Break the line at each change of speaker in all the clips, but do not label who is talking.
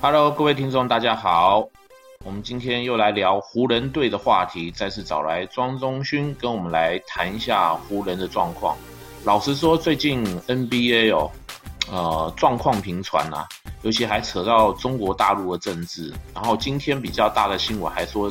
Hello，各位听众，大家好。我们今天又来聊湖人队的话题，再次找来庄中勋跟我们来谈一下湖人的状况。老实说，最近 NBA 哦，呃，状况频传啊，尤其还扯到中国大陆的政治。然后今天比较大的新闻还说，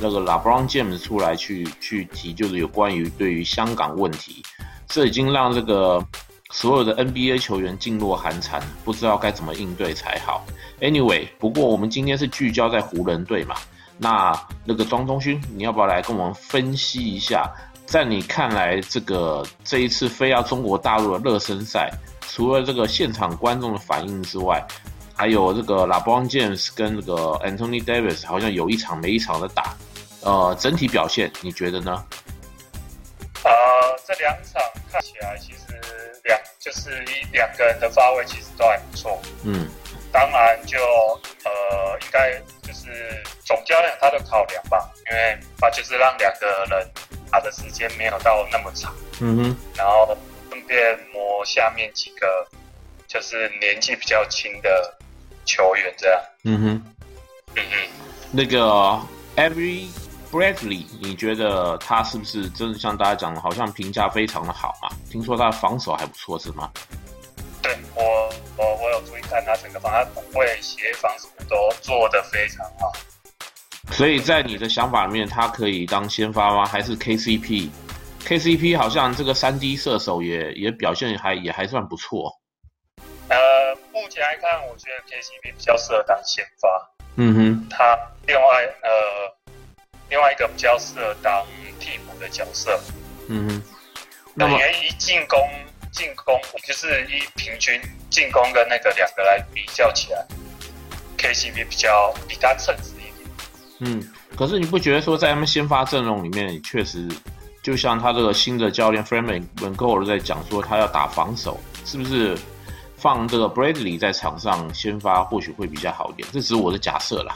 那个 LeBron James 出来去去提，就是有关于对于香港问题，这已经让这个所有的 NBA 球员噤若寒蝉，不知道该怎么应对才好。Anyway，不过我们今天是聚焦在湖人队嘛，那那个庄中勋，你要不要来跟我们分析一下？在你看来，这个这一次飞到中国大陆的热身赛，除了这个现场观众的反应之外，还有这个 LeBron James 跟这个 Anthony Davis 好像有一场没一场的打，呃，整体表现你觉得呢？
呃，这两场看起来其实两就是一两个人的发挥其实都还不错。
嗯
当然就呃，应该就是总教练有他的考量吧，因为他就是让两个人打的时间没有到那么长，
嗯哼
然后顺便磨下面几个就是年纪比较轻的球员这样。
嗯哼，
嗯嗯。
那个 Every Bradley，你觉得他是不是真的像大家讲的，好像评价非常的好嘛？听说他的防守还不错是吗？
对我，我我有注意看他整个防，他不会协防什么都做得非常好。
所以在你的想法里面，他可以当先发吗？还是 KCP？KCP 好像这个三 D 射手也也表现还也还算不错。
呃，目前来看，我觉得 KCP 比较适合当先发，
嗯哼，
他另外呃另外一个比较适合当替补的角色，
嗯哼。那
等
么，
于一进攻进攻就是一平均进攻跟那个两个来比较起来，KCP 比较比他称职一点。
嗯，可是你不觉得说在他们先发阵容里面，确实就像他这个新的教练 Freeman 文科尔在讲说，他要打防守，是不是放这个 Bradley 在场上先发或许会比较好一点？这只是我的假设啦。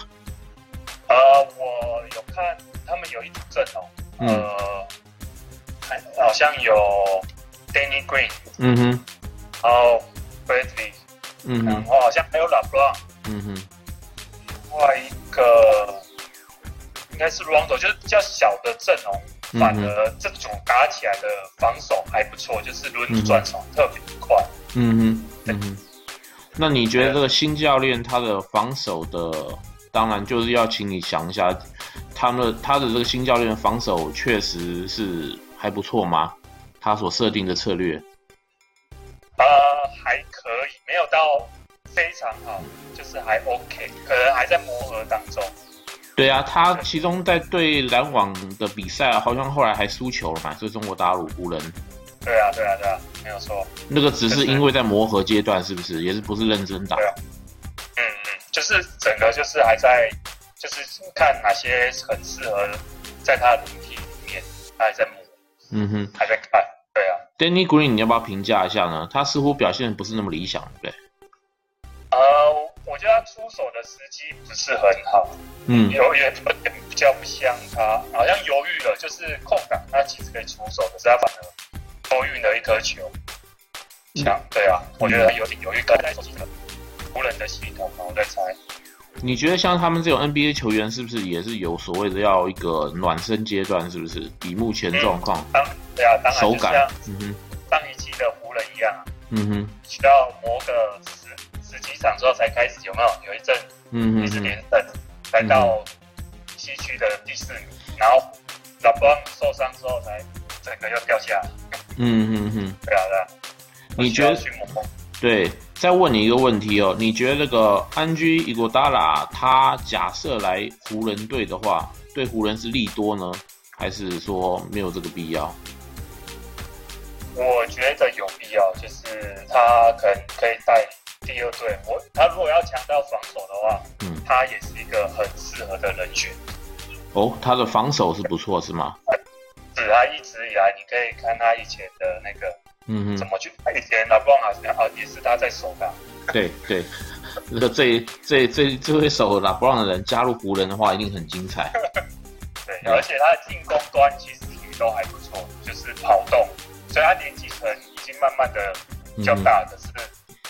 呃，我有看他们有一组阵容，
嗯
呃，还好像有 Danny Green，
嗯哼，
然后 Bradley，
嗯
然
哼，
后好像还有 LeBron。
嗯哼，
另外一个应该是 Rondo，就是比较小的阵容，
嗯哼
反而这组打起来的防守还不错，就是轮子转手特别快。
嗯哼，嗯哼。那你觉得这个新教练他的防守的，当然就是要请你想一下，他们的他的这个新教练的防守确实是还不错吗？他所设定的策略，
呃，还可以，没有到非常好，就是还 OK，可能还在磨合当中。
对啊，他其中在对篮网的比赛，好像后来还输球了嘛，就是中国大陆湖人，
对啊，对啊，对啊，没有错。
那个只是因为在磨合阶段，是不是也是不是认真打？
嗯嗯，就是整个就是还在，就是看哪些很适合在他的轮替里面，他还在磨，
嗯哼
还在看。对啊。
，Danny Green，你要不要评价一下呢？他似乎表现不是那么理想，对不对？
呃，我觉得他出手的时机不是很好，
嗯
有点比较不像他，好像犹豫了，就是空档他其实可以出手，可是他反而多运了一颗球。
嗯
像对啊，我觉得他有点犹豫，刚才说的湖人的系统嘛，我在猜。
你觉得像他们这种 NBA 球员，是不是也是有所谓的要一个暖身阶段？是不是？以目前状况，
当对啊，当然
手
就
感
像，
嗯哼，
上一季的湖人一样啊，
嗯哼，
需要磨个十十几场之后才开始有没有？有一阵
嗯
一直
哼，
连胜，才到西区的第四名，然后老邦受伤之后才整个又掉下来，
嗯哼哼。
对啊，对啊。
你觉得
需要去磨？
对，再问你一个问题哦，你觉得那个安居伊果达拉他假设来湖人队的话，对湖人是利多呢，还是说没有这个必要？
我觉得有必要，就是他可能可以带第二队。我他如果要强调防守的话，
嗯
他也是一个很适合的人选。
哦，他的防守是不错是吗？
是他一直以来，你可以看他以前的那个
嗯
怎
哼，
么去，以前老邦好像啊也是他在守吧。
对对，那个这这这这位手拉布朗的人加入湖人的话，一定很精彩。
对，
嗯
而且他的进攻端其实体育都还不错，嗯
嗯
就是跑动，所以他年纪可能已经慢慢的比较大，可是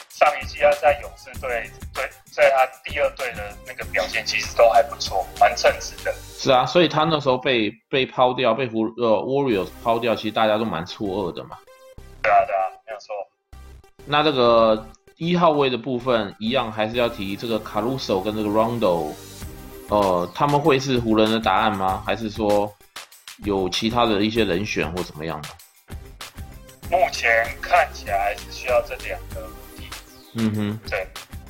上一季他在勇士队对在他第二队的那个表现其实都还不错，蛮称职的。
是啊，所以他那时候被被抛掉，被湖呃 Warriors 抛掉，其实大家都蛮错愕的嘛。
对啊，对啊，没有错。
那这个一号位的部分，一样还是要提这个 Caruso 跟这个 Rondo，呃，他们会是湖人的答案吗？还是说有其他的一些人选或怎么样的？
目前看起来是需要这两个替
嗯哼，
对，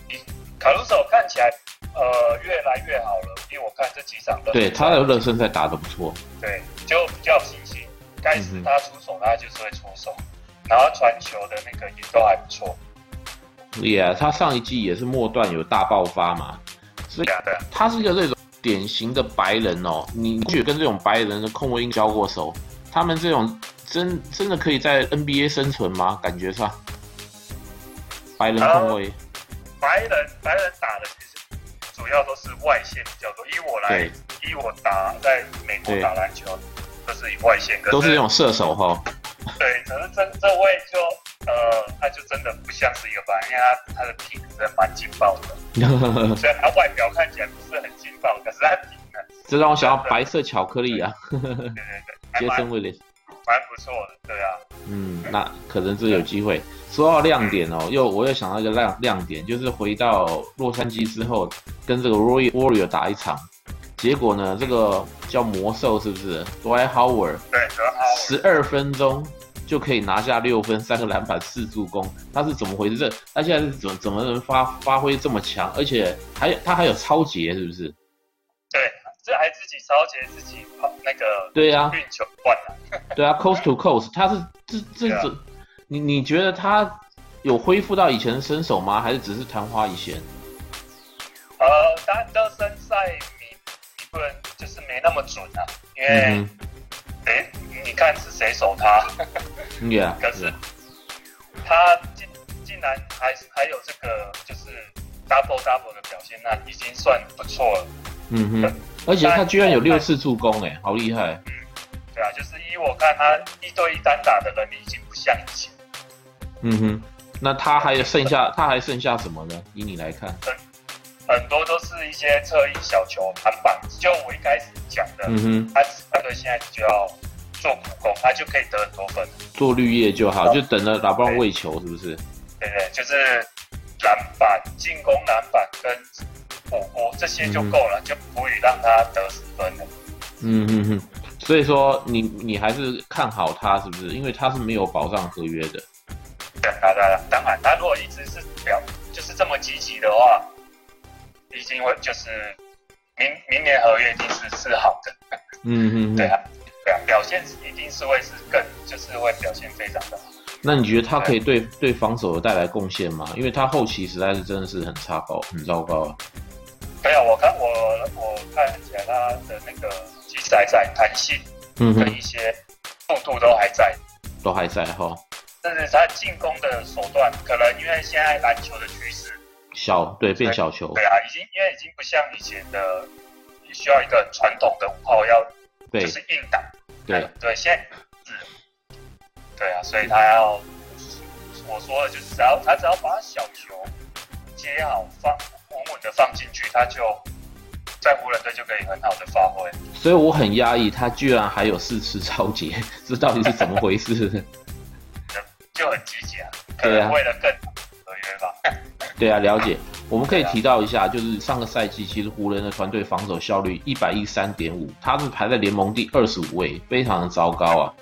你卡鲁索看起来呃越来越好了，因为我看这几场热
对，
身赛
他的热身赛打得不错。
对就比较有信心，该
嗯
是他出手他就是会出手，然后传球的那个也都还不错。
也、他上一季也是末段有大爆发嘛，所以
对啊对啊，
他是一个这种典型的白人哦。你去跟这种白人的控卫硬交过手，他们这种真真的可以在 NBA 生存吗？感觉上，白人控卫、
白人白人打的其实主要都是外线比较多，以我来
对
以我打在美国
对
打篮球都是以外线，可
都是这种射手哈、哦。
对，可是这这位就呃，他就真的不像是一个白人，因为他他的体真的蛮劲爆的，
嗯
虽然他外表看起来不是很劲爆，可是他体呢，
这让我想到白色巧克力啊，
对对对，还
杰
蛮
森威廉斯。
蛮不错的，对啊，
嗯，那可能这有机会。说到亮点哦，又我又想到一个亮亮点，就是回到洛杉矶之后，跟这个 Roy Warrior 打一场，结果呢，这个叫魔兽是不是 d w y Howard
对，然后
十二分钟就可以拿下六分、三个篮板、四助攻，他是怎么回事？这他现在是怎么怎么能发发挥这么强？而且还有他还有超节是不是？
对，这还自己超前自己跑那个
对啊呀、
运球灌篮，
对啊，coast to coast，他是这这
对啊
这，你你觉得他有恢复到以前的身手吗？还是只是昙花一现？
呃，当然热身赛你你不能就是没那么准啊，因为
嗯
诶、你看是谁守他。
哼，Yeah，嗯
可是他竟竟然还是还有这个就是 double double 的表现，那已经算不错了，
嗯哼，而且他居然有六次助攻，哎，好厉害！
对啊，就是依我看，他一对一单打的能力已经不像以前，
嗯哼，那他还有剩下他还剩下什么呢？以你来看，
很多都是一些侧翼小球、弹板，就我一开始讲的，
嗯哼，
他那个现在就要做苦攻，他就可以得很多分，
做绿叶就
嗯
好，就等着老
哎
布朗喂球，是不是？
对不对？就是篮板、进攻篮板跟火锅这些就够了，就足以让他得十分了。
嗯哼哼，所以说你你还是看好他，是不是？因为他是没有保障合约的。
对啊，当然，当然，他如果一直是表就是这么积极的话，已经会就是明明年合约一定是是好的，
嗯哼
对
哼，
啊，对啊，表现一定是会是更就是会表现非常的好。
那你觉得他可以对对防守有带来贡献吗？因为他后期实在是真的是很差高，
嗯
很糟糕啊。
对啊，我看我我看起来他的那个技术还在，弹性
嗯
跟
哼，
一些速度都还在，
都还在哈，
但是他进攻的手段可能因为现在篮球的趋势，
小对变小球
对，啊，已经因为已经不像以前的需要一个传统的五号要
对
就是硬打。
对，
对，现在是，对啊，所以他要我说的就是，只要他只要把小球接好放稳稳的放进去，他就在湖人队就可以很好的发挥。
所以我很压抑，他居然还有四次超节， 这到底是怎么回事？
就很积极啊，可
对啊
能为了更好的合约吧。
对啊，了解。我们可以提到一下，就是上个赛季其实湖人的团队防守效率一百一三点五，他是排在联盟第二十五位，非常的糟糕啊。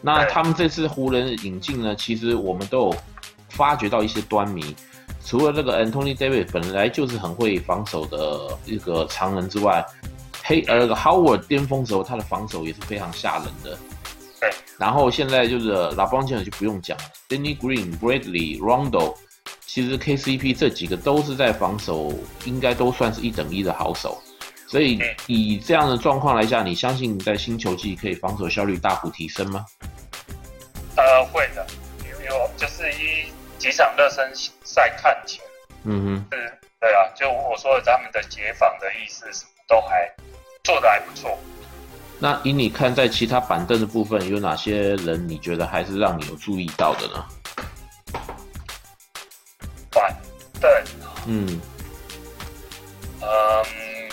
那他们这次湖人的引进呢，其实我们都有发掘到一些端倪。除了那个 Anthony Davis 本来就是很会防守的一个常人之外，黑呃 Howard 巅峰时候他的防守也是非常吓人的。
对，
然后现在就是拉邦切尔就不用讲了，Danny Green、Bradley、Rondo，其实 KCP 这几个都是在防守应该都算是一等一的好手，所以
嗯
以这样的状况来下，你相信在新球季可以防守效率大幅提升吗？
呃，会的，有有就是一几场热身赛看起来
嗯
是，对啊，就我说的他们的解防的意识什么都还做的还不错。
哼，那以你看在其他板凳的部分有哪些人你觉得还是让你有注意到的呢？
板
嗯
嗯，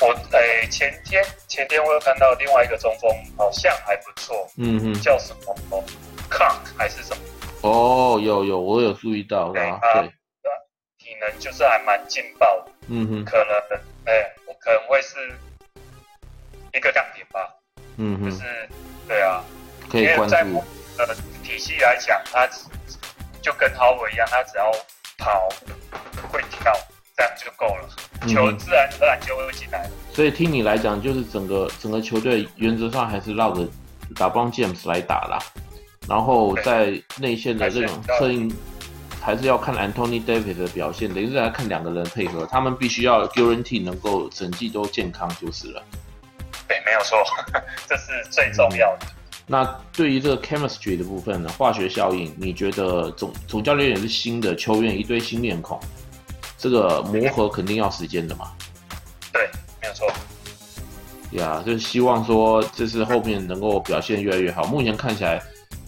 我诶、前天前天我有看到另外一个中锋好像还不错，
嗯嗯，
叫什么哦 Clark 还是什么，
哦，有有，我有注意到
对啊
啦，
他
对，
体能就是还蛮劲爆的，
嗯哼
可能诶、我可能会是一个亮点吧，
嗯
就
哼，
是对啊，
可以
因为
关
在
注，
呃体系来讲，他只就跟豪伟一样，他只要跑会跳，这样就够了，球
嗯哼
自然而然就会进来了。
所以听你来讲，就是整个整个球队原则上还是绕着打帮 James 来打啦，然后
对
在内线的这种
还是要
策应，还是要看 Anthony Davis 的表现，等于是要看两个人配合，他们必须要 guarantee 能够整季都健康就是了。
对，没有错， 这是最重要的。
那对于这个 chemistry 的部分呢，化学效应，你觉得总总教练也是新的，球员一堆新面孔，这个磨合肯定要时间的嘛？
对，没有错。
呀就是希望说这次后面能够表现越来越好。目前看起来，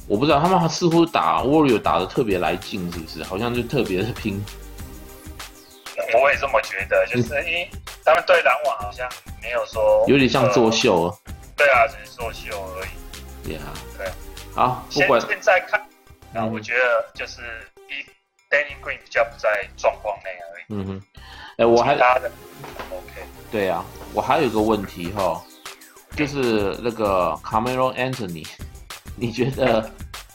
我不知道他们似乎打 Warrior 打的特别来劲，是不是？好像就特别的拼。
我也这么觉
嗯
得，就是一他们对篮网好像没有说
有点像作、秀哦
呃对啊，只是作秀而已。
呀。
对
好，不
现
管
现在看，啊，
嗯
我觉得就是一 Danny Green 比较不在状况内而已，
嗯哼，哎，我还
其他的 OK。
对啊，我还有一个问题哈、就是那个 Cameron Anthony，你觉得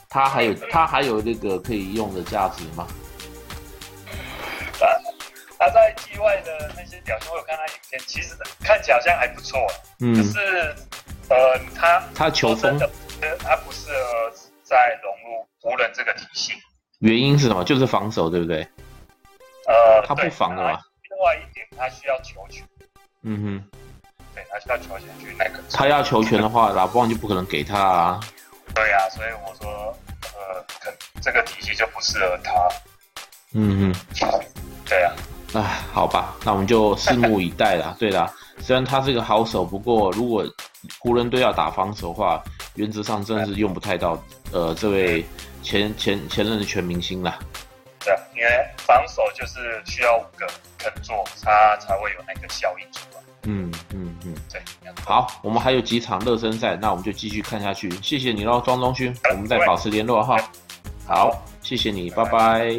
他还有他还有那个可以用的价值吗？
他呃啊在季外的那些表现，我有看他影片，其实看起来好像还不错，啊可
嗯，
是呃，他
他的球
说
风
真的，呃他不适合再融入湖人这个体系。
原因是什么？就是防守，对不对？
呃，
哦他不
对
防了啊吧？
另外一点，他需要球权，
嗯哼。
对他需要球权去那个。
他要球权的哦话，拉布旺就不可能给他啊。
对啊，所以我说，呃，可这个体系就不适合他。
嗯
对啊，
哼，唉，好吧，那我们就拭目以待啦。 对啦，虽然他是个好手，不过如果湖人队要打防守的话，原则上真的是用不太到呃这位前前前任的全明星啦。
对啊，因为防守就是需要五个肯做，他才会有那个效应出来。
嗯嗯嗯，
对，
好，我们还有几场热身赛，那我们就继续看下去。谢谢你喽，庄中勋，我们再保持联络哈。好，谢谢你，拜拜